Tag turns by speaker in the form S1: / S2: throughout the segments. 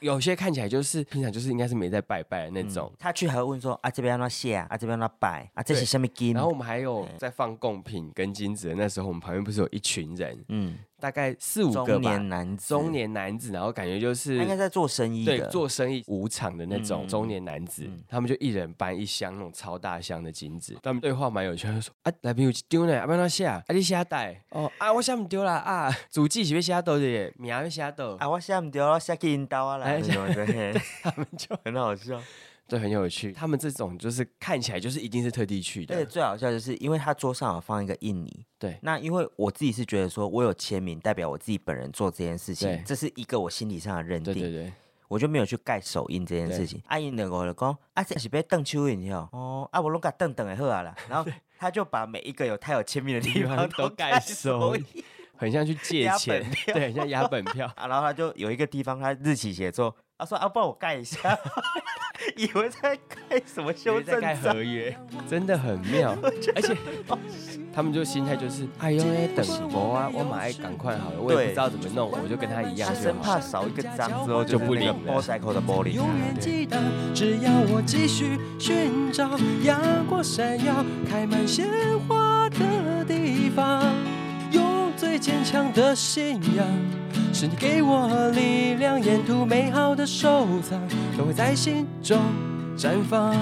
S1: 有些看起来就是平常就是应该是没在拜拜的那种。
S2: 他去还会问说啊这边要不要谢啊，啊这边要不要摆啊，这是
S1: 对
S2: 什么金？
S1: 然后我们还有
S2: 嗯
S1: 在放贡品跟金子的那时候，我们旁边不是有一群人，
S2: 嗯，
S1: 大概四五个
S2: 中
S1: 吧，
S2: 年男子，
S1: 中年男子，然后感觉就是
S2: 他应该在做生意
S1: 对
S2: 的，
S1: 做生意无偿的那种
S2: 嗯
S1: 中年男子，他们就一人搬一箱那种超大箱的金子。他们对话蛮有趣，他就说啊，来宾有丢呢，要不要下？啊，你下带哦啊，我下不丢啦啊， 主机是被下倒的，米要下 倒，
S2: 啊，我现在不丢了，下去引导啊啦，
S1: 哎
S2: 那种的 嘿
S1: 他们就
S2: 很好笑。
S1: 对很有趣。他们这种就是看起来就是一定是特地去
S2: 而
S1: 的，
S2: 且最好笑就是，因为他桌上有放一个印尼，
S1: 对
S2: 那因为我自己是觉得说我有签名，代表我自己本人做这件事
S1: 对
S2: 情，这是一个我心理上的认
S1: 对
S2: 定，
S1: 对对，
S2: 我就没有去盖手印这件
S1: 对
S2: 事情。阿英的我就讲，啊这是被邓秋印哦，哦，啊我拢给邓邓的好啊 啦，然后他就把每一个有他有签名的地方
S1: 都
S2: 都
S1: 盖
S2: 盖
S1: 手
S2: 手
S1: 印
S2: 印。
S1: 很像去借
S2: 压
S1: 钱
S2: 本，。
S1: 对，很像压本 票
S2: 啊，然后他就有一个地方他日期写错，他说啊，帮我盖一下， 以为在盖什么修
S1: 在
S2: 正
S1: 盖
S2: 章，
S1: 合约，真的很 妙，而且他们就心态就是，哎呦，哎等我啊，我马上赶快好了，我也不知道怎么弄，我就跟他一样
S2: 他
S1: 就
S2: 生
S1: 好
S2: 怕
S1: 了。
S2: 少一个章之后就是
S1: 啊就不
S2: 那个
S1: 灵了嗯
S2: b o s s 的玻璃。
S3: 永远记得，只要我继续寻找，阳光闪耀，开满鲜花的地方，用最坚强的信仰，是你给我力量，沿途美好的收藏，都会在心中绽放。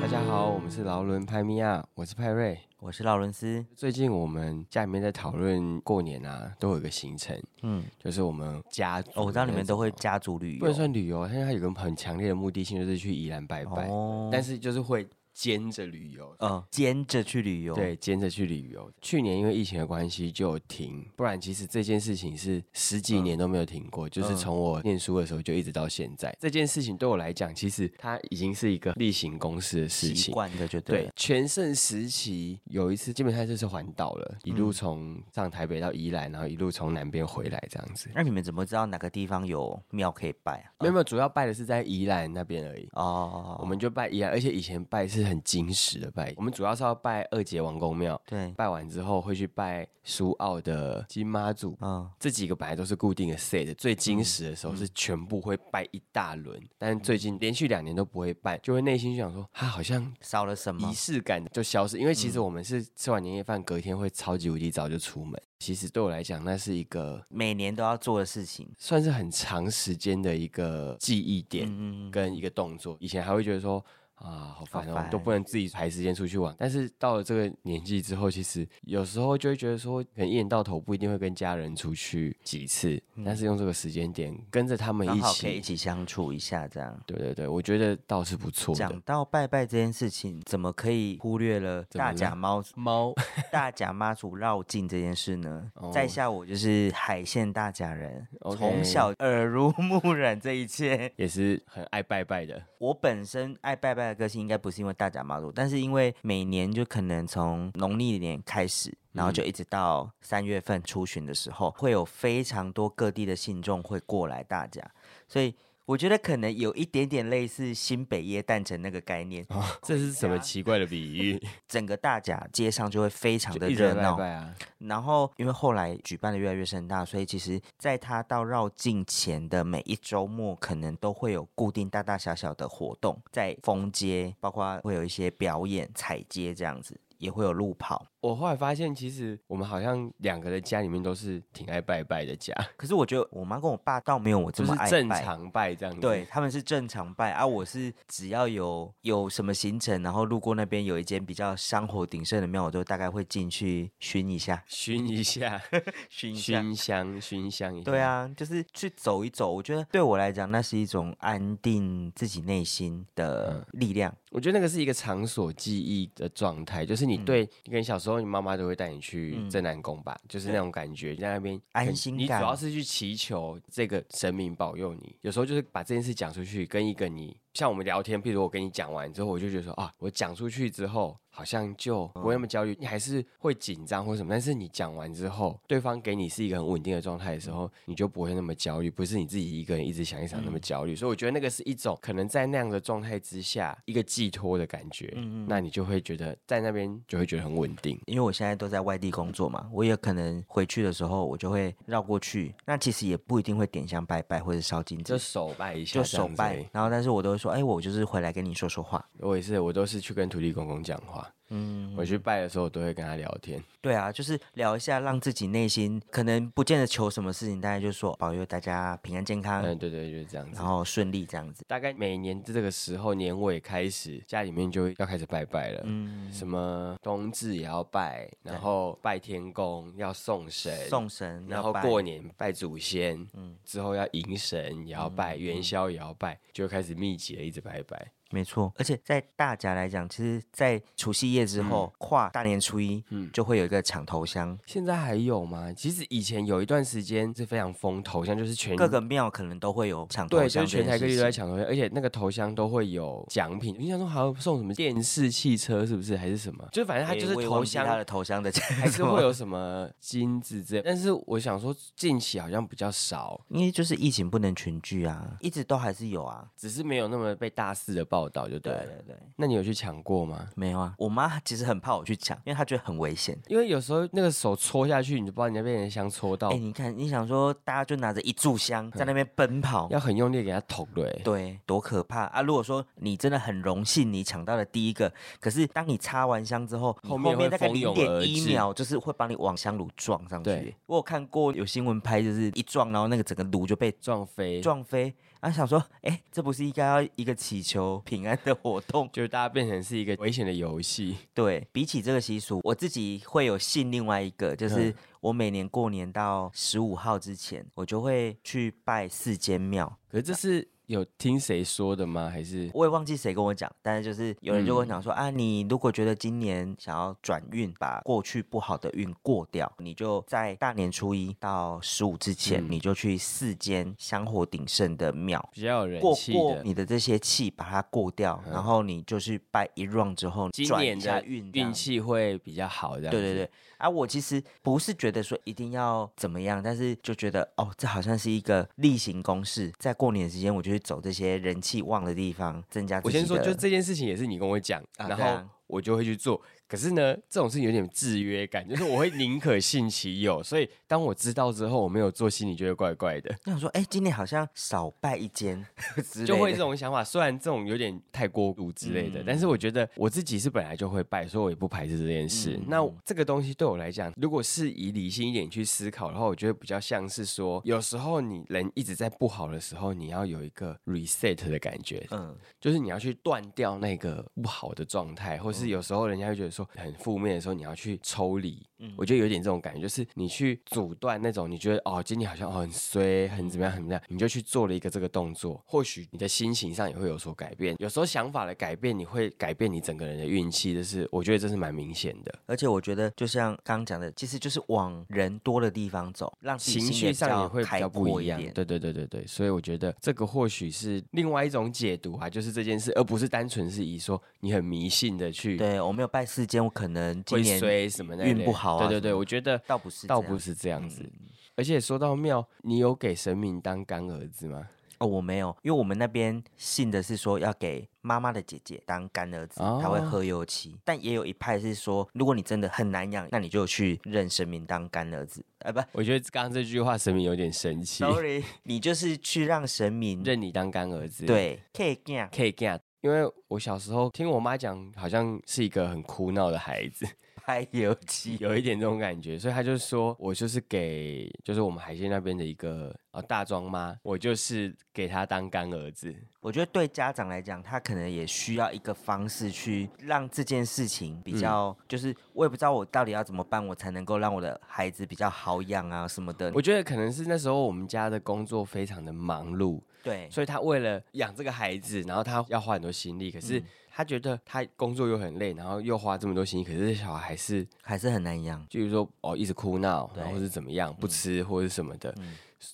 S1: 大家好，我们是劳伦派米亚，我是派瑞。
S2: 我是劳伦斯，
S1: 最近我们家里面在讨论过年啊，都有一个行程，
S2: 嗯，
S1: 就是我们家族
S2: 哦，我知道你们都会
S1: 的那种
S2: 家族旅
S1: 不能
S2: 游，
S1: 算旅游，但是它有个很强烈的目的性，就是去宜兰拜拜，
S2: 哦
S1: 但是就是会兼着旅游。
S2: 嗯，兼着去旅游，，
S1: 对，兼着去旅游。去年因为疫情的关系就有停，不然其实这件事情是十几
S2: 嗯
S1: 年都没有停过，就是从我念书的时候就一直到现在。这件事情对我来讲，其实它已经是一个例行公事的事
S2: 习
S1: 情。
S2: 惯的就
S1: 对
S2: 对，，
S1: 全盛时期有一次基本上就是环岛了，一
S2: 嗯
S1: 路从上台北到宜兰，然后一路从南边回来这样子。
S2: 那你们怎么知道哪个地方有庙可以拜啊？
S1: 没有没有，主要拜的是在宜兰那边而已。
S2: 哦，
S1: 我们就拜宜兰，而且以前拜是很矜持的拜，我们主要是要拜二姐王公庙，
S2: 对，
S1: 拜完之后会去拜苏澳的金妈祖，
S2: 嗯，
S1: 这几个本来都是固定的 set，最矜持的时候是全部会拜一大轮，但最近连续两年都不会拜，就会内心就想说，他好像
S2: 少了什么
S1: 仪？式感就消失，因为其
S2: 嗯
S1: 实我们是吃完年夜饭隔天会超级无敌早就出门，其实对我来讲那是一个
S2: 每年都要做的事情，
S1: 算是很长时间的一个记忆点
S2: 嗯嗯嗯
S1: 跟一个动作，以前还会觉得说。啊，好烦哦，
S2: 好
S1: 都不能自己排时间出去玩。但是到了这个年纪之后，其实有时候就会觉得说，可能一年到头不一定会跟家人出去几次，但是用这个时间点跟着他们
S2: 嗯刚
S1: 一
S2: 好可以一
S1: 起，
S2: 起相处一下这样。
S1: 对对对，我觉得倒是不错
S2: 讲
S1: 的。
S2: 到拜拜这件事情，怎么可以忽略了
S1: 怎么
S2: 大甲
S1: 了
S2: 猫、
S1: 猫
S2: 大甲妈祖绕境这件事呢？
S1: 哦
S2: 在下我就是海线大甲人，
S1: OK
S2: 从小耳濡目染这一切。
S1: 也是很爱拜拜的，
S2: 我本身爱拜拜的个性，应该不是因为大甲妈祖，但是因为每年就可能从农历年开始，然后
S1: 嗯
S2: 就一直到三月份初旬的时候，会有非常多各地的信众会过来大甲，所以。我觉得可能有一点点类似新北耶诞城那个概念，
S1: 这是
S2: 啊
S1: 什么奇怪的比喻？
S2: 整个大甲街上就会非常
S1: 就
S2: 的
S1: 一直
S2: 热
S1: 在拜
S2: 闹。
S1: 拜啊，
S2: 然后因为后来举办的越来越盛大，所以其实在它到绕境前的每一周末，可能都会有固定大大小小的活动，在封街，包括会有一些表演、踩街这样子，也会有路跑。
S1: 我后来发现，其实我们好像两个的家里面都是挺爱拜拜的家，
S2: 可是我觉得我妈跟我爸倒没有我这
S1: 就
S2: 么
S1: 是
S2: 爱
S1: 正
S2: 拜。
S1: 常拜这样子。
S2: 对，他们是正常拜啊，我是只要有有什么行程，然后路过那边有一间比较香火鼎盛的庙，我就大概会进去熏一下，
S1: 熏一下，
S2: 熏一下，
S1: 熏香，熏香一下。
S2: 对，啊，就是去走一走，我觉得对我来讲，那是一种安定自己内心
S1: 嗯
S2: 的力量。
S1: 我觉得那个是一个场所记忆的状态，就是你对，你跟小时候你妈妈都会带你去
S2: 嗯
S1: 正南宫吧，就是那种感觉，你在那边
S2: 安
S1: 很
S2: 心
S1: 你主
S2: 感
S1: 要是去祈求这个神明保佑你，有时候就是把这件事讲出去，跟一个你像我们聊天，譬如我跟你讲完之后，我就觉得说啊，我讲出去之后好像就不会那么焦虑，你还是会紧张或什么。但是你讲完之后，对方给你是一个很稳定的状态的时候，你就不会那么焦虑，不是你自己一个人一直想一想
S2: 嗯
S1: 那么焦虑。所以我觉得那个是一种可能在那样的状态之下一个寄托的感觉，
S2: 嗯
S1: 那你就会觉得在那边就会觉得很稳定。
S2: 因为我现在都在外地工作嘛，我也可能回去的时候，我就会绕过去。那其实也不一定会点香拜拜或者烧金
S1: 就
S2: 纸，
S1: 手拜一下，
S2: 就手拜。。然后，但是我都会说，哎，我就是回来跟你说说话。
S1: 我也是，我都是去跟土地公公讲话。
S2: 嗯，
S1: 我去拜的时候，我都会跟他聊天。
S2: 对啊，就是聊一下，让自己内心可能不见得求什么事情，大家就说保佑大家平安健康，
S1: 嗯，对对，就是这样子
S2: 然。后顺利这样子。
S1: 大概每年这个时候年尾开始，家里面就要开始拜拜了。
S2: 嗯，
S1: 什么冬至也要拜，然后拜天公，要送神，
S2: 送神，
S1: 然后
S2: 拜嗯
S1: 过年拜祖先，之后要迎神也要拜，元宵也要拜，就开始密集的一直拜拜。
S2: 没错，而且在大家来讲，其实，在除夕夜之后、跨大年初一，
S1: 嗯
S2: 就会有一个抢头香，
S1: 现在还有吗？其实以前有一段时间是非常风头，像就是全
S2: 各个庙可能都会有抢
S1: 嗯
S2: 头
S1: 对，
S2: 香
S1: 就
S2: 这件
S1: 是全台
S2: 事情，
S1: 各地都在抢头香，而且那个头香都会有奖品。印象中好像送什么电视汽车，是不是还是什么？就反正它
S2: 哎。
S1: 就是
S2: 我也
S1: 头
S2: 忘记
S1: 香
S2: 他的头香的
S1: 还
S2: 还
S1: 是会有什么金子之类，但是我想说近期好像比较少，
S2: 因为就是疫情不能群聚啊，一直都还是有啊。
S1: 只是没有那么被大肆的报道就对
S2: 对
S1: 了。
S2: 对对，
S1: 那你有去抢过吗？
S2: 没有啊。我妈其实很怕我去抢，因为她觉得很危险。
S1: 因为有时候那个手戳下去，你就不知道你要被人香戳到，
S2: 哎、你看，你想说大家就拿着一炷香在那边奔跑，
S1: 要很用力给它捅欸对。
S2: 对，多可怕啊！如果说你真的很荣幸你抢到了第一个，可是当你插完香之后，你
S1: 后
S2: 后
S1: 面会
S2: 大概
S1: 蜂
S2: 零
S1: 拥
S2: 点
S1: 而
S2: 一
S1: 至
S2: 秒，就是会把你往香炉撞上去
S1: 对。
S2: 我有看过有新闻拍，就是一撞，然后那个整个炉就被
S1: 撞飞，
S2: 撞飞。啊，想说，哎，这不是应该要一个祈求平安的活动？
S1: 就是大家变成是一个危险的游戏。
S2: 对比起这个习俗，我自己会有信另外一个，就是
S1: 嗯
S2: 我每年过年到十五号之前，我就会去拜四间庙。
S1: 可是这是有听谁说的吗？还是
S2: 我也忘记谁跟我讲，但是就是有人就跟我讲
S1: 嗯
S2: 说、啊，你如果觉得今年想要转运，把过去不好的运过掉，你就在大年初一到十五之前，
S1: 嗯
S2: 你就去四间香火鼎盛的庙。
S1: 比较有人
S2: 过
S1: 气
S2: 过
S1: 的？嗯
S2: 你的这些气，把它过掉，然后你就去拜一 round 之后，
S1: 今
S2: 转一
S1: 年
S2: 下
S1: 的
S2: 运这样
S1: 运气会比较好，这样
S2: 对对
S1: 子
S2: 对，啊，我其实不是觉得说一定要怎么样，但是就觉得哦，这好像是一个例行公事，在过年时间我就去走这些人气旺的地方，增加自
S1: 我
S2: 己
S1: 先说，
S2: 的
S1: 就这件事情也是你跟我讲，
S2: 啊
S1: 然
S2: 对啊
S1: 后我就会去做。可是呢，这种事情有点制约感，就是我会宁可信其有，所以当我知道之后，我没有做，心里就会怪怪的，
S2: 那我说，哎、今年好像少拜一间 之类的，
S1: 就会这种想法。虽然这种有点太过度之类的，但是我觉得我自己是本来就会拜，所以我也不排斥这件事。那这个东西对我来讲，如果是以理性一点去思考的话，我觉得比较像是说，有时候你人一直在不好的时候，你要有一个 reset 的感觉，
S2: 嗯，
S1: 就是你要去断掉那个不好的状态，或是有时候人家会觉得说很负面的时候，你要去抽离。我觉得有点这种感觉，就是你去阻断那种你觉得哦，今天好像哦很衰，很怎么样，很怎么样，你就去做了一个这个动作，或许你的心情上也会有所改变。有时候想法的改变，你会改变你整个人的运气，这是我觉得这是蛮明显的。
S2: 而且我觉得就像刚刚讲的，其实就是往人多的地方走，让自己
S1: 情
S2: 心
S1: 绪
S2: 里
S1: 上也
S2: 较
S1: 会比
S2: 开
S1: 较不
S2: 阔
S1: 一样
S2: 点，
S1: 对对对对对，所以我觉得这个或许是另外一种解读啊，就是这件事，而不是单纯是以说你很迷信的去
S2: 对我没有拜四间，我可能今
S1: 会
S2: 年
S1: 衰什么那
S2: 运
S1: 类
S2: 不
S1: 的
S2: 好啊
S1: 对对
S2: 什
S1: 对，
S2: 么嗯
S1: 我觉得
S2: 倒不是这
S1: 倒
S2: 样，
S1: 不是这样子。而且说到庙，你有给神明当干儿子吗？
S2: 哦，我没有，因为我们那边信的是说要给妈妈的姐姐当干儿子，她会
S1: 哦
S2: 喝油漆。但也有一派是说，如果你真的很难养，那你就去认神明当干儿子。啊，不
S1: 我觉得刚刚这句话神明有点生气，
S2: ，sorry，你 就是去让神明
S1: 认你当干儿子。。
S2: 对 K 干。
S1: 可以 get，因为我小时候听我妈讲，好像是一个很哭闹的孩子，
S2: 拍油漆。
S1: 有一点这种感觉，所以她就说我就是给，就是我们海鲜那边的一个啊大庄妈，我就是给她当干儿子，
S2: 我觉得对家长来讲，他可能也需要一个方式去让这件事情
S1: 嗯
S2: 比较，就是我也不知道我到底要怎么办，我才能够让我的孩子比较好养啊什么的。
S1: 我觉得可能是那时候我们家的工作非常的忙碌，
S2: 对，
S1: 所以他为了养这个孩子，然后他要花很多心力，可是
S2: 嗯
S1: 他觉得他工作又很累，然后又花这么多心力，可是小孩还是，
S2: 还是很难养。
S1: 就是说哦，一直哭闹，
S2: 对嗯
S1: 然后是怎么样，不吃或者什么的，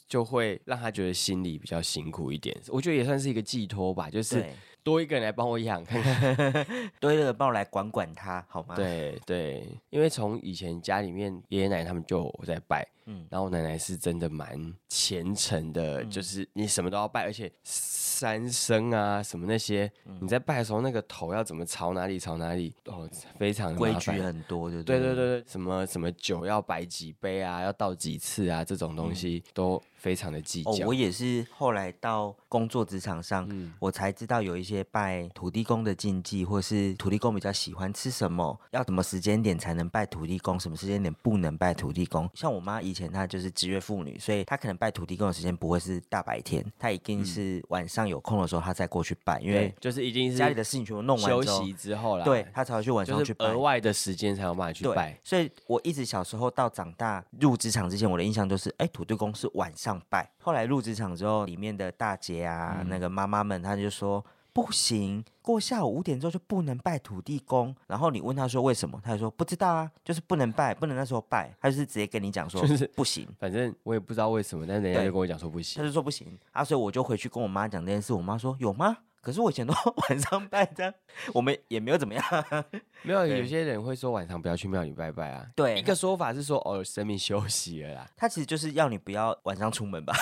S1: 就会让他觉得心里比较辛苦一点。我觉得也算是一个寄托吧，就是
S2: 对，
S1: 多一个人来帮我养看看。
S2: 多一个抱来管管他，好吗？，
S1: 对对，因为从以前家里面爷爷奶奶他们就有在拜，
S2: 嗯，
S1: 然后我奶奶是真的蛮虔诚的，就是你什么都要拜，而且三牲啊什么那些，
S2: 嗯
S1: 你在拜的时候那个头要怎么朝哪里朝哪里，哦，非常的
S2: 规
S1: 麻
S2: 矩
S1: 烦
S2: 很多，对不
S1: 对
S2: 对
S1: 对对对，什么什么酒要摆几杯啊，要倒几次啊，这种东西都非常的计
S2: 嗯哦，
S1: 较。嗯
S2: 我也是后来到工作职场上，我才知道有一些拜土地公的禁忌，或是土地公比较喜欢吃什么，要什么时间点才能拜土地公，什么时间点不能拜土地公。像我妈以前她就是职业妇女，所以她可能拜土地公的时间不会是大白天，她一定是晚上有空的时候她再过去拜，因为
S1: 嗯对，就是一定是
S2: 家里的事情全部弄完
S1: 休
S2: 之后
S1: 息，之后啦，
S2: 对，她才会去晚上
S1: 就
S2: 去
S1: 是
S2: 拜。
S1: 额外的时间才有办法去
S2: 对，
S1: 拜。
S2: 所以我一直小时候到长大入职场之前，我的印象就是，哎，土地公是晚上拜。后来入职场之后，里面的大姐啊，
S1: 嗯
S2: 那个妈妈们，她就说。不行，过下午五点之后就不能拜土地公。然后你问她说为什么，她就说不知道啊，就是不能拜，不能那时候拜。她就是直接跟你讲说，
S1: 就是
S2: 不行，
S1: 反正我也不知道为什么，但是人家
S2: 对
S1: 就跟我讲说不
S2: 她
S1: 行。
S2: 就说不行啊。所以我就回去跟我妈讲这件事，我妈说有吗？可是我以前都 晚上拜这样，我们也没有怎么样。
S1: 没有，
S2: 对
S1: 有些人会说晚上不要去庙里拜拜啊。
S2: 对
S1: 一个说法是说哦，神明休息了啦。
S2: 她其实就是要你不要晚上出门吧。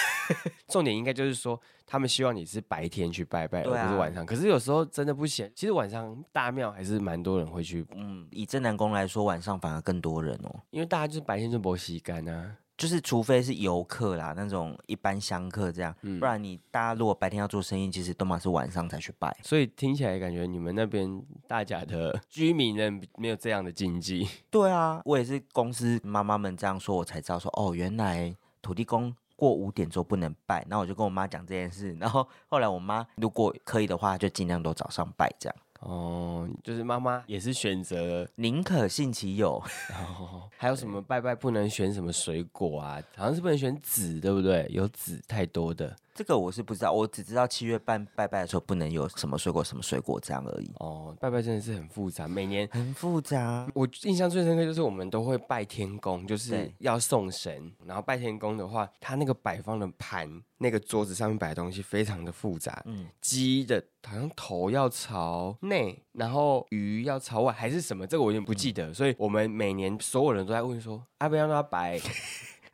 S1: 重点应该就是说，他们希望你是白天去拜拜，
S2: 对啊
S1: 而不是晚上。可是有时候真的不行，其实晚上大庙还是蛮多人会去，
S2: 嗯，以正南宫来说，晚上反而更多人哦。
S1: 因为大家就是白天就没洗干啊。
S2: 就是除非是游客啦，那种一般香客这样，不然你大家如果白天要做生意，其实都嘛是晚上才去拜。
S1: 所以听起来感觉你们那边大甲 的居民人没有这样的禁忌，
S2: 对啊，我也是公司妈妈们这样说，我才知道说哦，原来土地公过五点之后不能拜。然后我就跟我妈讲这件事，然后后来我妈如果可以的话，就尽量都早上拜这样，
S1: 哦，就是妈妈也是选择了，
S2: 宁可信其有。
S1: 哦，还有什么拜拜不能选什么水果啊，好像是不能选籽，对不对？有籽太多的
S2: 这个我是不知道，我只知道七月半拜拜的时候不能有什么水果什么水果这样而已，
S1: 哦，拜拜真的是很复杂，每年。
S2: 很复杂。
S1: 我印象最深刻就是我们都会拜天公，就是
S2: 对
S1: 要送神。然后拜天公的话，他那个摆放的盘，那个桌子上面摆的东西非常的复杂。
S2: 嗯
S1: 鸡的好像头要朝内，然后鱼要朝外，还是什么？这个我有点不记得。所以我们每年所有人都在问说，啊，不要让它摆。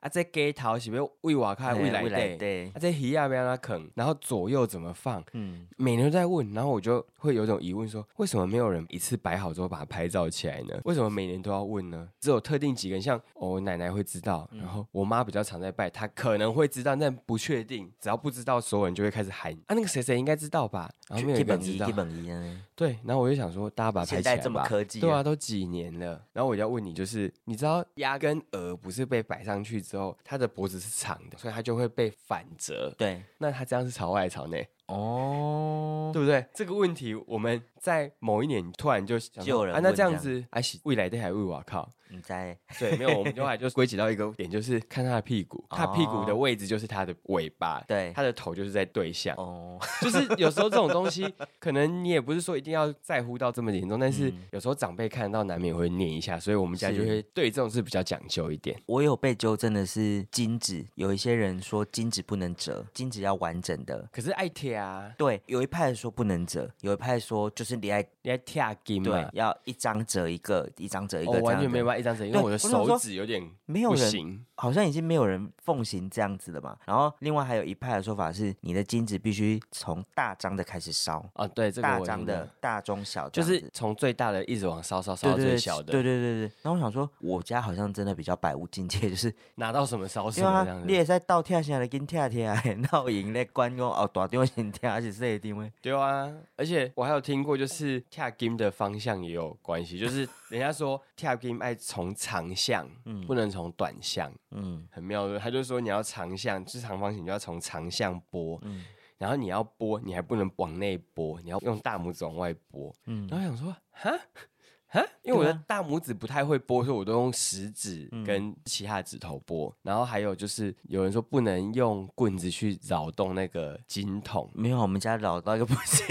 S1: 啊，这鸡头是要喂瓦开，喂
S2: 哎未
S1: 来
S2: 来
S1: 对，
S2: 对
S1: 啊，，这鱼要不要让它啃，然后左右怎么放，
S2: 嗯，
S1: 每年都在问，然后我就会有种疑问说，为什么没有人一次摆好之后把它拍照起来呢？为什么每年都要问呢？只有特定几个人，像哦我奶奶会知道，
S2: 嗯
S1: 然后我妈比较常在拜，她可能会知道，但不确定。只要不知道，所有人就会开始喊啊，那个谁谁应该知道吧？然后没有
S2: 基
S1: 一个人
S2: 本
S1: 知
S2: 一
S1: 道
S2: 基。本一呢，
S1: 对，然后我就想说，大家把它拍
S2: 现
S1: 起来
S2: 在
S1: 吧。
S2: 这么科技，
S1: 对啊，，都几年了。然后我就要问你，就是你知道鸭跟鹅不是被摆上去之后，它的脖子是长的，所以它就会被反折。
S2: 对，
S1: 那它这样是朝外还是朝内？
S2: 哦，
S1: 对不对？这个问题我们在某一年突然就想说
S2: 就有人
S1: 啊，那
S2: 问
S1: 这样
S2: 这样
S1: 子，哎、是未来的还为我 靠，
S2: 你嗯在
S1: 对，没有，我们后来就 归结到一个点，就是看他的屁股，他屁股的位置就是他的尾巴，
S2: 哦对
S1: 他的头就是在对象，
S2: 哦，
S1: 就是有时候这种东西，可能你也不是说一定要在乎到这么严重，但是
S2: 嗯
S1: 有时候长辈看到难免会念一下，所以我们家
S2: 是
S1: 就会对这种事比较讲究一点。
S2: 我有被纠正的是金纸，有一些人说金纸不能折，金纸要完整的。
S1: 可是爱贴啊，
S2: 对，有一派说不能折，有一派说就是你爱
S1: 你还贴金
S2: 对
S1: 嘛，？
S2: 要一张折一个，一张折一个
S1: 我、
S2: 这样的，
S1: 哦完全没办法一张纸，因为
S2: 对
S1: 我的
S2: 我想说
S1: 手指有点
S2: 没有
S1: 不
S2: 人
S1: 行。
S2: 好像已经没有人奉行这样子了嘛。然后另外还有一派的说法是，你的金纸必须从大张的开始烧，
S1: 啊，对，这个
S2: 大
S1: 我
S2: 张
S1: 听
S2: 的
S1: 过，
S2: 大中小这
S1: 就
S2: 样子，
S1: 是从最大的一直往烧烧烧
S2: 对
S1: 到
S2: 对
S1: 最
S2: 对
S1: 小的，
S2: 对对对对。那我想说，我家好像真的比较百无禁戒，就是
S1: 拿到什么烧什
S2: 对
S1: 么
S2: 啊
S1: 这样，子。
S2: 你也在倒跳下来跟跳跳的， 闹赢咧关公哦，大张先跳，而且这一定会
S1: 对啊，而且我还有听过，就是跳金的方向也有关系，就是人家说跳金爱从长项，
S2: 嗯
S1: 不能从短项，
S2: 嗯
S1: 很妙的。他就说你要长项，就是长方形，你就要从长项拨，
S2: 嗯
S1: 然后你要拨，你还不能往内拨，你要用大拇指往外拨。
S2: 嗯
S1: 然后我想说，哈，哈，因为我
S2: 对
S1: 的
S2: 啊嗯
S1: 大拇指不太会拨，所以我都用食指跟其他指头拨。然后还有就是有人说不能用棍子去扰动那个金筒，
S2: 没有，我们家老到一个不行，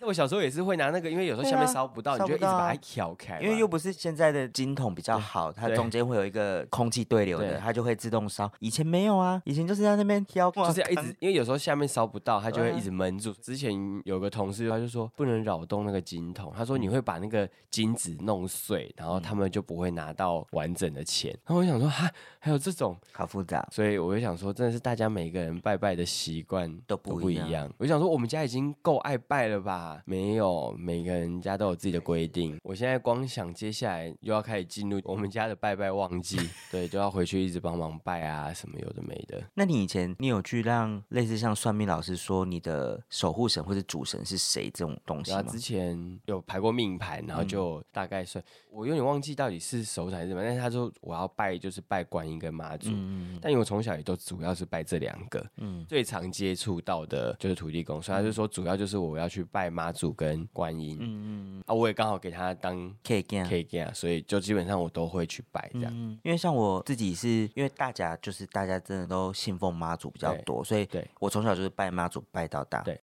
S1: 那我小时候也是会拿那个，因为有时候
S2: 对
S1: 下面
S2: 啊
S1: 烧不到，
S2: 烧
S1: 你就
S2: 不
S1: 一直把
S2: 到
S1: 它挑开嘛，
S2: 因为又不是现在的金桶比较好，它
S1: 对
S2: 中间会有一个空气对流
S1: 对
S2: 的，它就会自动烧。以前没有啊，以前就是在那边挑，
S1: 就是要一直，因为有时候下面烧不到，它就会
S2: 对啊
S1: 一直闷住。之前有个同事他就说不能扰动那个金桶，他
S2: 嗯
S1: 说你会把那个金子弄碎，然后他们就不会拿到完整的钱。然后我想说哈，还有这种，
S2: 好复杂。
S1: 所以我就想说，真的是大家每个人拜拜的习惯
S2: 都
S1: 不
S2: 不
S1: 一
S2: 一样
S1: 样。我想说，我们家已经够爱拜了吧？没有，每个人家都有自己的规定。我现在光想接下来又要开始进入我们家的拜拜旺 季，对，就要回去一直帮忙拜啊，什么有的没的。
S2: 那你以前你有去让类似像算命老师说你的守护神或者主神是谁这种东西
S1: 然
S2: 吗嗯
S1: 后？之前有排过命盘，然后就大概算，我有点忘记到底是手掌还是什么，但是他说我要拜就是拜观音跟妈祖，
S2: 嗯嗯
S1: 但因为我从小也都主要是拜这两个，
S2: 嗯，
S1: 最常接触到的就是土地公，所以他就说主要就是我要去拜妈祖跟观音，
S2: 嗯嗯嗯，
S1: 啊，我也刚好给他当
S2: 可以这样。
S1: K G 啊，所以就基本上我都会去拜这样，
S2: 嗯，因为像我自己是因为大家就是大家真的都信奉妈祖比较
S1: 对
S2: 多，所以
S1: 对。
S2: 我从小就是拜妈祖拜到大
S1: 对。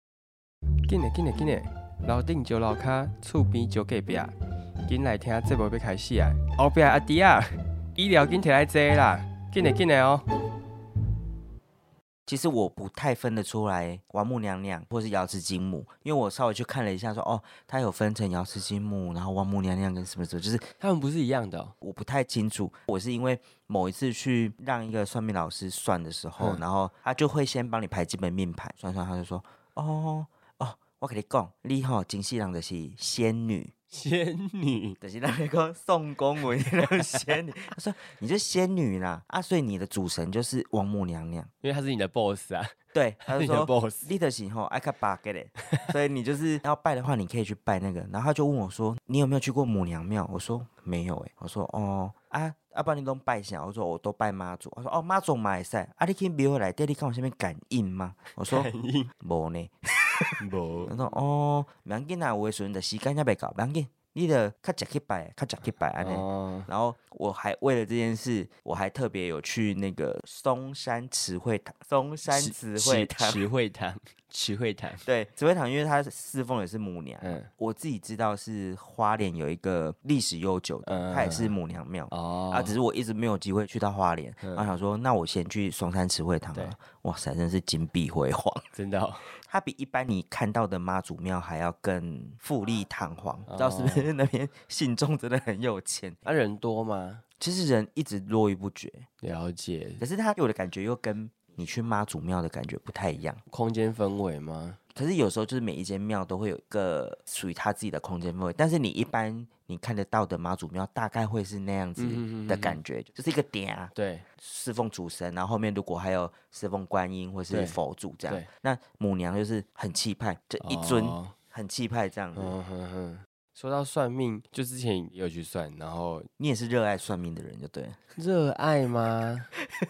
S1: 紧嘞紧嘞紧嘞，楼顶就楼卡，厝边就隔壁，紧来听节目要开始啊！后壁阿弟啊，医疗紧摕来坐啦，紧嘞紧嘞哦。
S2: 其实我不太分得出来王母娘娘或是瑶池金母，因为我稍微去看了一下说哦，它有分成瑶池金母，然后王母娘娘跟什么什么，就是
S1: 他们不是一样的、哦，
S2: 我不太清楚。我是因为某一次去让一个算命老师算的时候，
S1: 嗯
S2: 然后他就会先帮你排基本命盘，算算他就说哦哦，我跟你讲，你吼金世人就是仙女。
S1: 仙女
S2: 就是那个宋公文那 种仙女，他说你是仙女啦啊，所以你的主神就是王母娘 娘。
S1: 因为她是你的 boss 啊，
S2: 对，他
S1: 她
S2: 就是
S1: 你的
S2: 说
S1: boss。
S2: 你的时候爱看 bug 嘞， 所以你就是要拜的话，你可以去拜那个。然后他就问我说，你有没有去过母娘庙？我说没有诶、我说哦啊，啊不然你都拜啥？我说我都拜妈祖。他说哦妈祖嘛会使，啊你去庙来，底你看有啥物感应吗？我说
S1: 感应
S2: 无呢。
S1: 无
S2: 我说哦，不要紧啊，有的时阵就时间也袂到，不要紧，你著较早去拜，较早去拜安尼。
S1: 哦，
S2: 然后我还为了这件事，我还特别有去那个松山慈惠堂，松山慈惠堂，
S1: 词汇堂，词汇堂，
S2: 对，慈惠堂，因为它侍奉也是母娘。
S1: 嗯，
S2: 我自己知道是花莲有一个历史悠久
S1: 嗯
S2: 的，它也是母娘庙。
S1: 哦，
S2: 啊，只是我一直没有机会去到花莲，
S1: 嗯
S2: 然后想说，那我先去松山慈惠堂
S1: 对
S2: 啊！哇塞，真是金碧辉煌，
S1: 真的、哦，
S2: 它比一般你看到的妈祖庙还要更富丽堂皇，不知道是不
S1: 哦
S2: 是那边信众真的很有钱？
S1: 啊，人多吗？
S2: 其实人一直络绎不绝，
S1: 了解，
S2: 可是它给我的感觉又跟你去妈祖庙的感觉不太一样。
S1: 空间氛围吗？
S2: 可是有时候就是每一间庙都会有一个属于它自己的空间氛围，但是你一般你看得到的妈祖庙大概会是那样
S1: 嗯
S2: 子的感觉，就是一个点啊，
S1: 对，
S2: 侍奉主神，然后后面如果还有侍奉观音或
S1: 对
S2: 是佛祖这样
S1: 对，
S2: 那母娘就是很气派，就一尊
S1: 哦
S2: 很气派这样子。
S1: 嗯哼哼。说到算命，就之前也有去算，然后
S2: 你也是热爱算命的人，就对了。
S1: 热爱吗？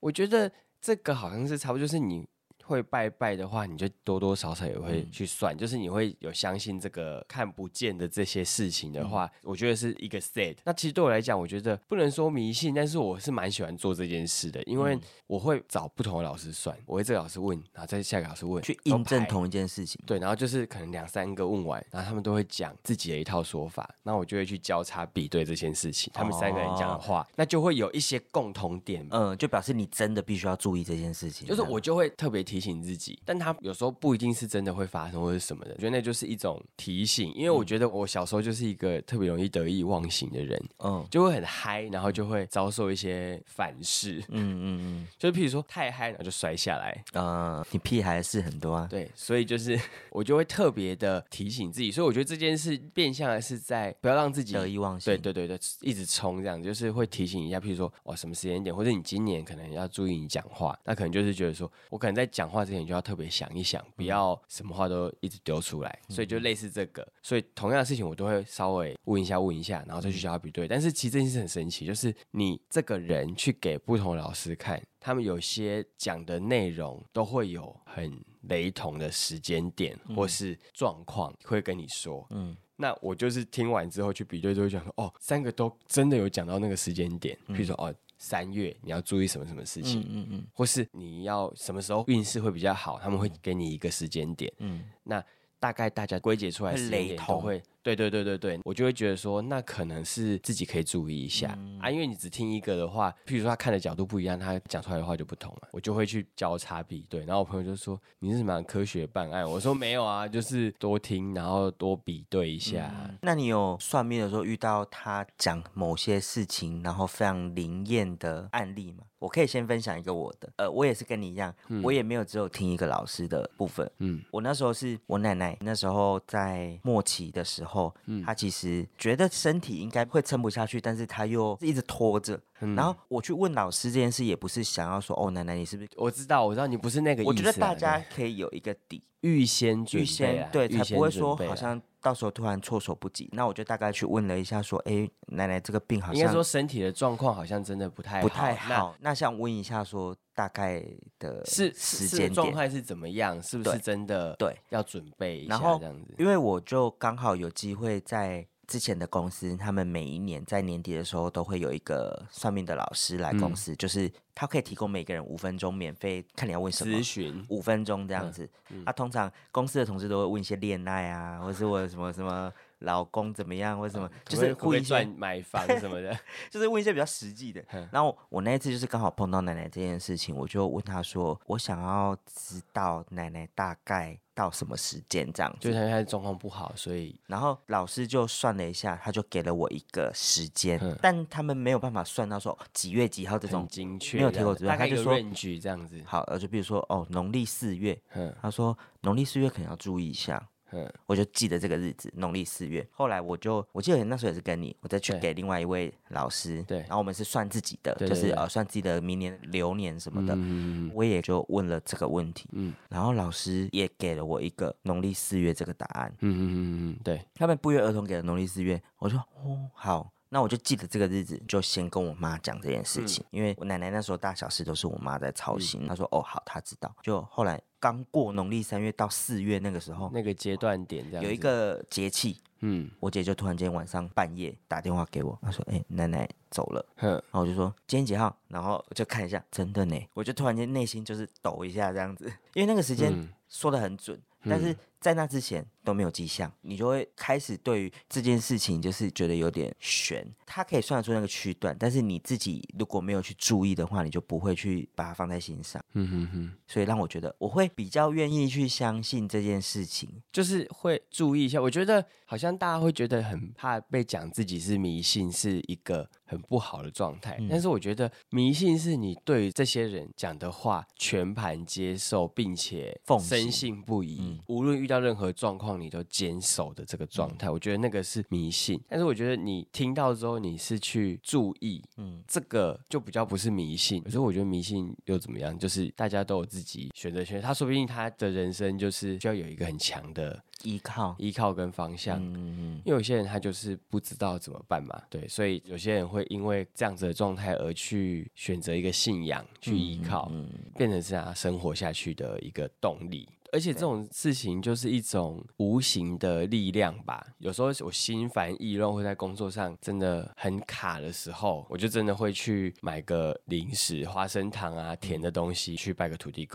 S1: 我觉得这个好像是差不多，就是你会拜拜的话，你就多多少少也会去
S2: 嗯
S1: 算，就是你会有相信这个看不见的这些事情的
S2: 嗯
S1: 话，我觉得是一个 set。那其实对我来讲，我觉得不能说迷信，但是我是蛮喜欢做这件事的，因
S2: 嗯
S1: 为我会找不同的老师算，我会这个老师问，然后再下个老师问，
S2: 去
S1: 都
S2: 印证
S1: 排
S2: 同一件事情，
S1: 对，然后就是可能两三个问完，然后他们都会讲自己的一套说法，那我就会去交叉比对这件事情，他们三个人讲的
S2: 哦
S1: 话，那就会有一些共同点。
S2: 嗯，就表示你真的必须要注意这件事情。
S1: 就是
S2: 这样
S1: 我就会特别提醒自己，但他有时候不一定是真的会发生或者什么的，我觉得那就是一种提醒。因为
S2: 嗯
S1: 我觉得我小时候就是一个特别容易得意忘形的人，
S2: 嗯
S1: 就会很嗨，然后就会遭受一些反噬，
S2: 嗯嗯
S1: 就是譬如说太嗨，然后就摔下来，
S2: 嗯，呃，你屁孩的事很多啊。
S1: 对，所以就是 我就会特别的提醒自己，所以我觉得这件事变相的是在不要让自己
S2: 得意忘形。
S1: 对对对对，一直冲这样子，就是会提醒一下，譬如说哦什么时间点，或者你今年可能要注意你讲话，那可能就是觉得说我可能在讲讲话之前，你就要特别想一想，不要什么话都一直丢出来。所以就类似这个，所以同样的事情我都会稍微问一下问一下，然后再去教他比对。但是其实这件事很神奇，就是你这个人去给不同的老师看，他们有些讲的内容都会有很雷同的时间点或是状况会跟你说，
S2: 嗯
S1: 嗯。那我就是听完之后去比对，就会讲说，哦，三个都真的有讲到那个时间点，比如说哦，三月你要注意什么什么事情，
S2: 嗯嗯嗯
S1: 或是你要什么时候运势会比较好，他们会给你一个时间点。
S2: 嗯，
S1: 那大概大家归结出来
S2: 会
S1: 时间
S2: 雷
S1: 点都
S2: 同
S1: 会，对对对对对，我就会觉得说，那可能是自己可以注意一下、
S2: 嗯
S1: 啊，因为你只听一个的话，譬如说他看的角度不一样，他讲出来的话就不同了，我就会去交叉比对。然后我朋友就说你是什么科学办案？我说没有啊，就是多听，然后多比对一下。
S2: 那你有算命的时候遇到他讲某些事情，然后非常灵验的案例吗？我可以先分享一个我的，呃，我也是跟你一样，我也没有只有听一个老师的部分。
S1: 嗯
S2: 我那时候是我奶奶，那时候在末期的时候，她其实觉得身体应该会撑不下去，但是她又一直拖着。然后我去问老师这件事，也不是想要说哦，奶奶你是不是？
S1: 我知道，我知道你不是那个意思啊。
S2: 我觉得大家
S1: 对
S2: 可以有一个底，
S1: 预先准备
S2: 预先
S1: 啊，
S2: 对，
S1: 预
S2: 才
S1: 先
S2: 不会
S1: 准
S2: 说
S1: 备
S2: 好
S1: 啊
S2: 像到时候突然措手不及。那我就大概去问了一下，说，哎，奶奶这个病好
S1: 应该
S2: 像
S1: 说身体的状况好像真的不太
S2: 不太
S1: 那
S2: 好，那想问一下说大概的
S1: 是
S2: 时
S1: 时
S2: 间
S1: 间状
S2: 点。
S1: 态是怎么样？是不
S2: 对
S1: 是真的
S2: 对
S1: 要准备一
S2: 然
S1: 下
S2: 后
S1: 这样子？
S2: 因为我就刚好有机会在之前的公司，他们每一年在年底的时候都会有一个算命的老师来
S1: 嗯
S2: 公司，就是他可以提供每个人五分钟免费，看你要问什么
S1: 咨。询
S2: 五分钟这样
S1: 嗯
S2: 子，那、通常公司的同事都会问一些恋爱啊，或是我什么什么老公怎么样，或者什么，就
S1: 可不可以可嗯
S2: 是
S1: 不可
S2: 故
S1: 以
S2: 意
S1: 赚买房什么的。
S2: 就是问一些比较实际的。
S1: 嗯
S2: 然后我那一次就是刚好碰到奶奶这件事情，我就问她说，我想要知道奶奶大概到什么时间这样
S1: 就
S2: 子。
S1: 是他状况不好，所以
S2: 然后老师就算了一下，他就给了我一个时间，
S1: 嗯
S2: 但他们没有办法算到说几月几号这种
S1: 很。精确
S2: 没有
S1: 这
S2: 提
S1: 样
S2: 过
S1: 子
S2: 指标
S1: 大概
S2: 他就
S1: 一个
S2: 说
S1: range 这样子。
S2: 好，呃，就比如说哦，农历四月，
S1: 嗯
S2: 他说农历四月可能要注意一下，
S1: 嗯，
S2: 我就记得这个日子，农历四月。后来我就我记得那时候也是跟你，我再去
S1: 对
S2: 给另外一位老师，
S1: 对
S2: 然后我们是算自己的，
S1: 对
S2: 就
S1: 对
S2: 是
S1: 对
S2: 呃算自己的明年流年什么的。
S1: 嗯
S2: 我也就问了这个问题，嗯
S1: 嗯，
S2: 然后老师也给了我一个农历四月这个答案，
S1: 嗯嗯嗯，对，
S2: 他们不约而同给了农历四月，我说哦好，那我就记得这个日子，就先跟我妈讲这件
S1: 嗯
S2: 事情，因为我奶奶那时候大小事都是我妈在操心，她说哦好，她知道。就后来刚过农历三月到四月那个时候，
S1: 那个阶段点这样子
S2: 有一个节气，
S1: 嗯
S2: 我姐就突然间晚上半夜打电话给我，她说哎、奶奶走了。
S1: 哼，
S2: 然后我就说今天几号，然后就看一下，真的呢，我就突然间内心就是抖一下这样子，因为那个时间
S1: 嗯
S2: 说的很准，但是在那之前都没有迹象，你就会开始对于这件事情就是觉得有点悬。它可以算得出那个区段，但是你自己如果没有去注意的话，你就不会去把它放在心上，
S1: 嗯哼哼，
S2: 所以让我觉得我会比较愿意去相信这件事情。
S1: 就是会注意一下。我觉得好像大家会觉得很怕被讲自己是迷信，是一个很不好的状态。但
S2: 嗯
S1: 是我觉得迷信是你对于这些人讲的话全盘接受，并且
S2: 奉行嗯
S1: 深信不疑，无论遇到任何状况，你都坚守的这个状态。我觉得那个是迷信，但是我觉得你听到之后，你是去注意，
S2: 嗯
S1: 嗯，这个就比较不是迷信。可是我觉得迷信又怎么样？就是大家都有自己选择权，他说不定他的人生就是需要有一个很强的
S2: 依靠，
S1: 依靠跟方向。
S2: 嗯，
S1: 因为有些人他就是不知道怎么办嘛，对，所以有些人会因为这样子的状态而去选择一个信仰去依
S2: 嗯
S1: 靠，变成是他生活下去的一个动力。而且这种事情就是一种无形的力量吧。有时候我心烦意乱，或在工作上真的很卡的时候，我就真的会去买个零食、花生糖啊、甜的东西，去拜个土地
S2: 嗯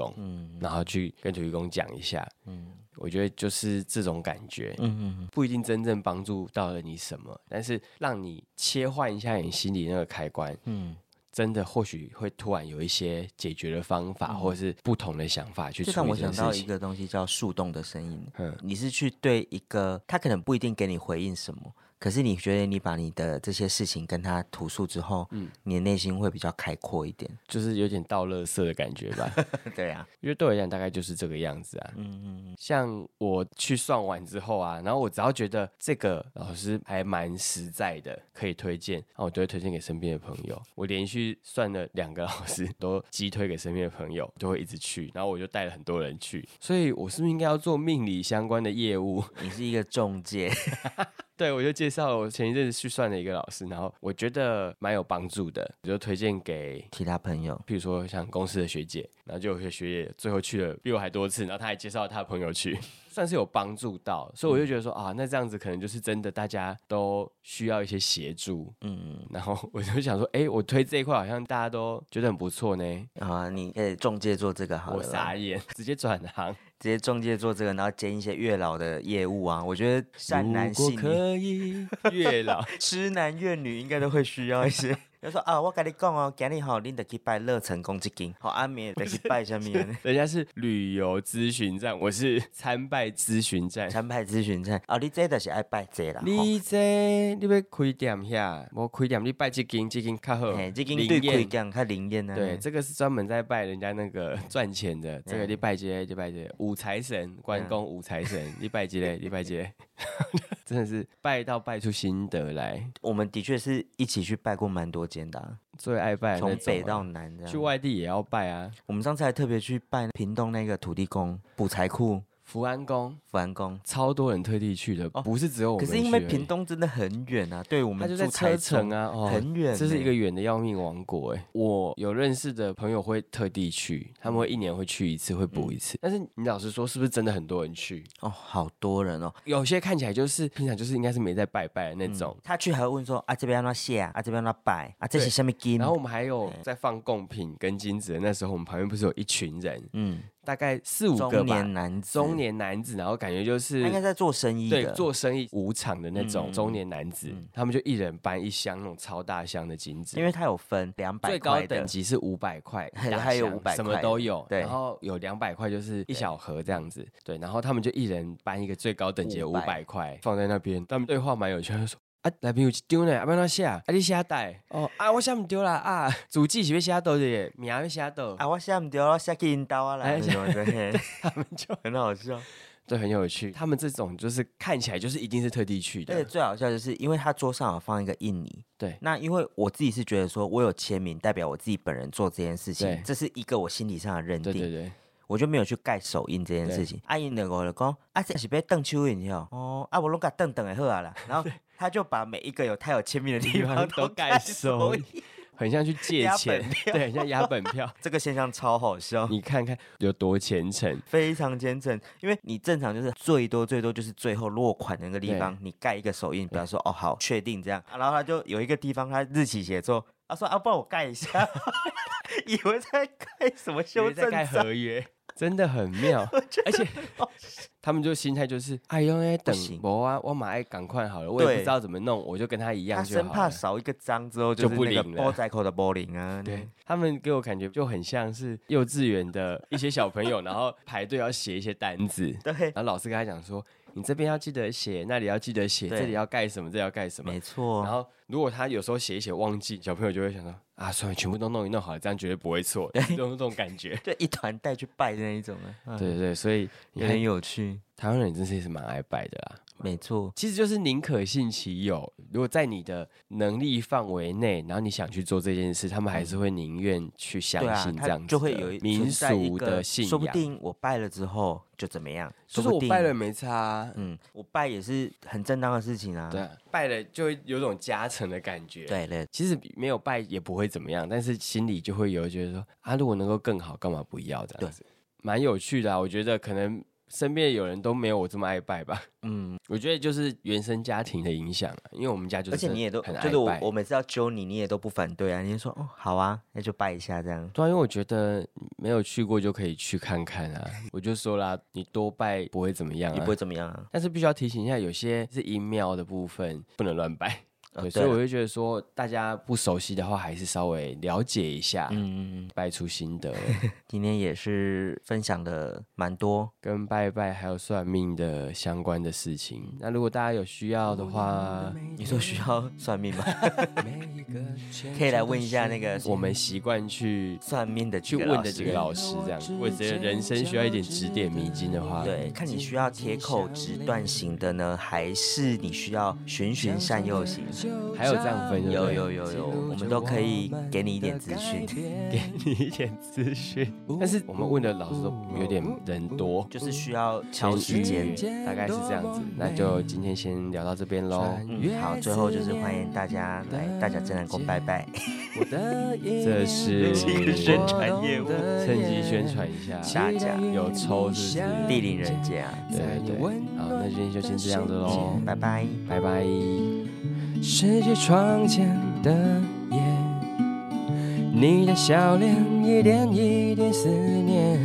S1: 公，然后去跟土地公讲一下。我觉得就是这种感觉，
S2: 嗯
S1: 不一定真正帮助到了你什么，但是让你切换一下你心里那个开关，
S2: 嗯
S1: 嗯，真的或许会突然有一些解决的方法，或者是不同的想法去
S2: 嗯就
S1: 处
S2: 让
S1: 理
S2: 我
S1: 这件
S2: 想到
S1: 事
S2: 一
S1: 情。
S2: 个东西叫树洞的声音。
S1: 嗯
S2: 你是去对一个他可能不一定给你回应什么，可是你觉得你把你的这些事情跟他吐诉之后，嗯，你的内心会比较开阔一点。
S1: 就是有点倒垃圾的感觉 吧。
S2: 对啊，
S1: 因为 对我来讲，大概就是这个样子啊。
S2: 嗯嗯，
S1: 像我去算完之后啊，然后我只要觉得这个老师还蛮实在的，可以推荐，那我就会推荐给身边的朋友。我连续算了两个老师，都急推给身边的朋友，就会一直去，然后我就带了很多人去。所以我是不是应该要做命理相关的业务？
S2: 你是一个中介，
S1: 对，我就介绍了我前一阵子去算的一个老师，然后我觉得蛮有帮助的，我就推荐给
S2: 其他朋友
S1: 譬如说像公司的学姐，然后就有些学姐最后去了比我还多次，然后她还介绍她的朋友去， 算是有帮助到，所以
S2: 嗯
S1: 我就觉得说、啊，那这样子可能就是真的大家都需要一些协助。
S2: 嗯
S1: 然后我就想说，哎、我推这一块好像大家都觉得很不错呢，
S2: 好啊，你呃中介做这个好
S1: 我
S2: 了啦，
S1: 傻眼，直接转 行。
S2: 直接中介做这个，然后兼一些月老的业务啊，我觉得善男
S1: 如果
S2: 信女、
S1: 可以，月老，
S2: 痴男怨女应该都会需要 一些。就说啊，我跟你讲哦，今日吼，你得去拜乐成功之金，好阿弥得去拜下 面
S1: 人家是旅游咨询站，我是参拜咨询站。
S2: 参拜咨询站。哦，你这就是爱拜这啦。吼
S1: 你这你要开店遐，无开店你拜这间，这间较好
S2: 嘿，，这间
S1: 灵
S2: 对
S1: 验
S2: 贵讲较灵验啊。
S1: 对，这个是专门在拜人家那个 赚钱的，这个
S2: 嗯
S1: 礼拜街礼拜街五财神关公五财神礼拜街礼拜街， 真的是拜到拜出心得来，
S2: 我们的确是一起去拜过蛮多间的啊、
S1: 最爱拜的那
S2: 从
S1: 种
S2: 北
S1: 啊
S2: 到南这样。
S1: 去外地也要拜啊，
S2: 我们上次还特别去拜屏东那个土地公、补财库、
S1: 福安宫
S2: 福安宫。
S1: 超多人特地去的，
S2: 哦
S1: 不是只有我
S2: 可
S1: 们
S2: 是因为
S1: 去而已
S2: 屏东真的很远啊，对我
S1: 它
S2: 们
S1: 就
S2: 住
S1: 在车
S2: 台
S1: 程
S2: 城，
S1: 啊，哦，
S2: 很远
S1: 这是一
S2: 呢
S1: 个远的要命王国哎、我有认识的朋友会特地去，他们会一年会去一次，会
S2: 嗯
S1: 补一次。但是你老实说，是不是真的很多人去？
S2: 哦，好多人哦。
S1: 有些看起来就是平常就是应该是没在拜拜的那种。
S2: 他去还会问说啊，这边要写啊，啊这边要摆啊，这是
S1: 哦对
S2: 什么金？
S1: 然后我们还有
S2: 嗯
S1: 在放贡品跟金子的那时候，我们旁边不是有一群人，
S2: 嗯，
S1: 大概四五个
S2: 中
S1: 吧
S2: 年，男子，
S1: 中年男子，然后感觉就
S2: 他应该
S1: 是。
S2: 在做生意
S1: 对
S2: 的，，
S1: 做生意无偿的那种
S2: 嗯
S1: 中年男子，
S2: 嗯
S1: 他们就一人搬一箱那种超大箱的金子，
S2: 因为他有分两百
S1: 最高
S2: 块
S1: 等
S2: 的，
S1: 级是五百块，
S2: 还
S1: 大
S2: 还有
S1: 箱
S2: 500
S1: 什么
S2: 块
S1: 都
S2: 的
S1: 有。
S2: 对
S1: 然后有两百块就是一小盒这样子，对。然后他们就一人搬一个最高等级的五百
S2: 500
S1: 块放在那边，他们对话蛮有趣，他就说。啊，来宾有一丢呢，啊，不要那下，啊，你下带哦，啊，我下唔丢啦，啊，主机是要下到的，名要下到，
S2: 啊，我下唔掉了，下给银刀啊
S1: 哎
S2: 来，什么的，嘿
S1: 他们就
S2: 很 好笑。
S1: 对很有趣。他们这种就是看起来就是一定是特地去
S2: 而且
S1: 的，
S2: 最好笑就是，因为他桌上有放一个印尼，
S1: 对
S2: 那因为我自己是觉得说我有签名，代表我自己本人做这件事
S1: 对
S2: 情，这是一个我心理上的认
S1: 对
S2: 定，
S1: 对对，
S2: 我就没有去盖手印这件
S1: 对
S2: 事情。阿姨两个就讲，啊，这是被邓秋印哦，哦，啊，我拢甲邓邓的好 啊啦，然后他就把每一个有他有签名的
S1: 地
S2: 地
S1: 方
S2: 方
S1: 都
S2: 都
S1: 盖
S2: 盖
S1: 手
S2: 手
S1: 印
S2: 印，
S1: 很像去借
S2: 压
S1: 钱，
S2: 本
S1: 对，很像压本 票。
S2: 这个现象超好笑。
S1: 你看看有多虔诚，
S2: 非常虔诚，因为你正常就是最多最多就是最后落款那个地
S1: 对
S2: 方，你盖一个手印，比方说哦好，确定这样、啊然后他就有一个地方他日期写错，他说啊，帮我盖一下， 以为在盖什么
S1: 以
S2: 修
S1: 为在
S2: 正
S1: 盖
S2: 章，
S1: 合约， 真的很妙。 而且 他们就心态就是，哎呦，哎等
S2: 行
S1: 我啊，我马上赶快好了，我也不
S2: 对
S1: 知道怎么弄，我就跟他一
S2: 他
S1: 样就
S2: 生
S1: 好
S2: 怕
S1: 了。
S2: 少一个章之后
S1: 就是不
S2: 那个
S1: 灵了
S2: 波仔口的波林啊，
S1: 对，他们给我感觉就很像是幼稚园的一些小朋友，然后排队要写一些单子，
S2: 对，
S1: 然后老师跟他讲说，你这边要记得写，那里要记得写，
S2: 对
S1: 这里要盖什么，这里要盖什么。
S2: 没错，
S1: 然后如果他有时候写一写忘记，小朋友就会想到啊，算了，全部都弄一弄好了，这样绝对不会 错，这种这种感觉。
S2: 就一团带去拜的那一种啊， 嗯
S1: 对，对对，所以你
S2: 有
S1: 看
S2: 点有趣，
S1: 台湾人真是是蛮爱拜的啦。
S2: 没错，
S1: 其实就是宁可信其有。如果在你的能力范围内，然后你想去做这件事，他们还是会宁愿去相
S2: 对啊
S1: 信，这
S2: 他
S1: 样子、
S2: 就会有一
S1: 民
S2: 存在一
S1: 俗
S2: 个
S1: 的信仰。
S2: 说不定我拜了之后就怎么样，
S1: 就
S2: 说
S1: 是
S2: 不
S1: 我
S2: 定
S1: 拜了没差、啊，
S2: 嗯，我拜也是很正当的事情啊。
S1: 对啊、拜了就会有种加成的感觉。，
S2: 对对，
S1: 其实没有拜也不会怎么样，但是心里就会有觉得说啊，如果能够更好，干嘛不要这样子？蛮有趣的、啊，我觉得可能身边有人都没有我这么爱拜吧。
S2: 嗯，
S1: 我觉得就是原生家庭的影响、啊，因为我们家就是
S2: 而且你也都
S1: 很爱
S2: 就是我
S1: 拜
S2: 我每次要揪你，你也都不反对啊，你就说哦好啊，那就拜一下这样。
S1: 对啊，因为我觉得没有去过就可以去看看啊。我就说啦，你多拜不会怎么样
S2: 也
S1: 啊
S2: 不。会怎么样啊，
S1: 但是必须要提醒一下，有些是阴庙的部分不能乱拜，
S2: 呃
S1: 对，
S2: 对
S1: 所以
S2: 了
S1: 我就觉得说，大家不熟悉的话，还是稍微了解一下，
S2: 嗯，嗯嗯
S1: 拜出心 得，
S2: 今天也是分享的蛮多，
S1: 跟拜拜还有算命的相关的事情。那如果大家有需要的话，
S2: 你说需要
S1: 嗯
S2: 算命吗？可以来问一下那个
S1: 我们习惯去
S2: 算命的
S1: 去
S2: 几个
S1: 问
S2: 老
S1: 的
S2: 师
S1: 几个老师，这样，我觉得人生需要一点指点迷津的话，
S2: 对，看你需要铁口直断型的呢，还是你需要循循善诱型？
S1: 还有这样分，对不对
S2: 有有有有，我们都可以给你一点资讯，
S1: 给你一点资讯， 但是我们问的老师都有点人多，
S2: 就是需要敲时间。
S1: 大概是这样子。那就今天先聊到这边喽。
S2: 嗯，好，最后就是欢迎大家来大甲真人宫拜拜。
S1: 这是
S2: 宣传业务
S1: 趁机宣传一下，
S2: 大家
S1: 有抽是不是？
S2: 地灵人杰啊，嗯
S1: 对对对，好，那今天就先这样子
S3: 哦
S1: 喽，
S2: 拜拜。
S1: 拜拜。
S3: 世界窗前的夜，你的笑脸一点一点思念，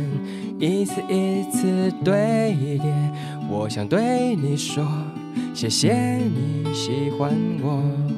S3: 一次一次堆叠。我想对你说，谢谢你喜欢我。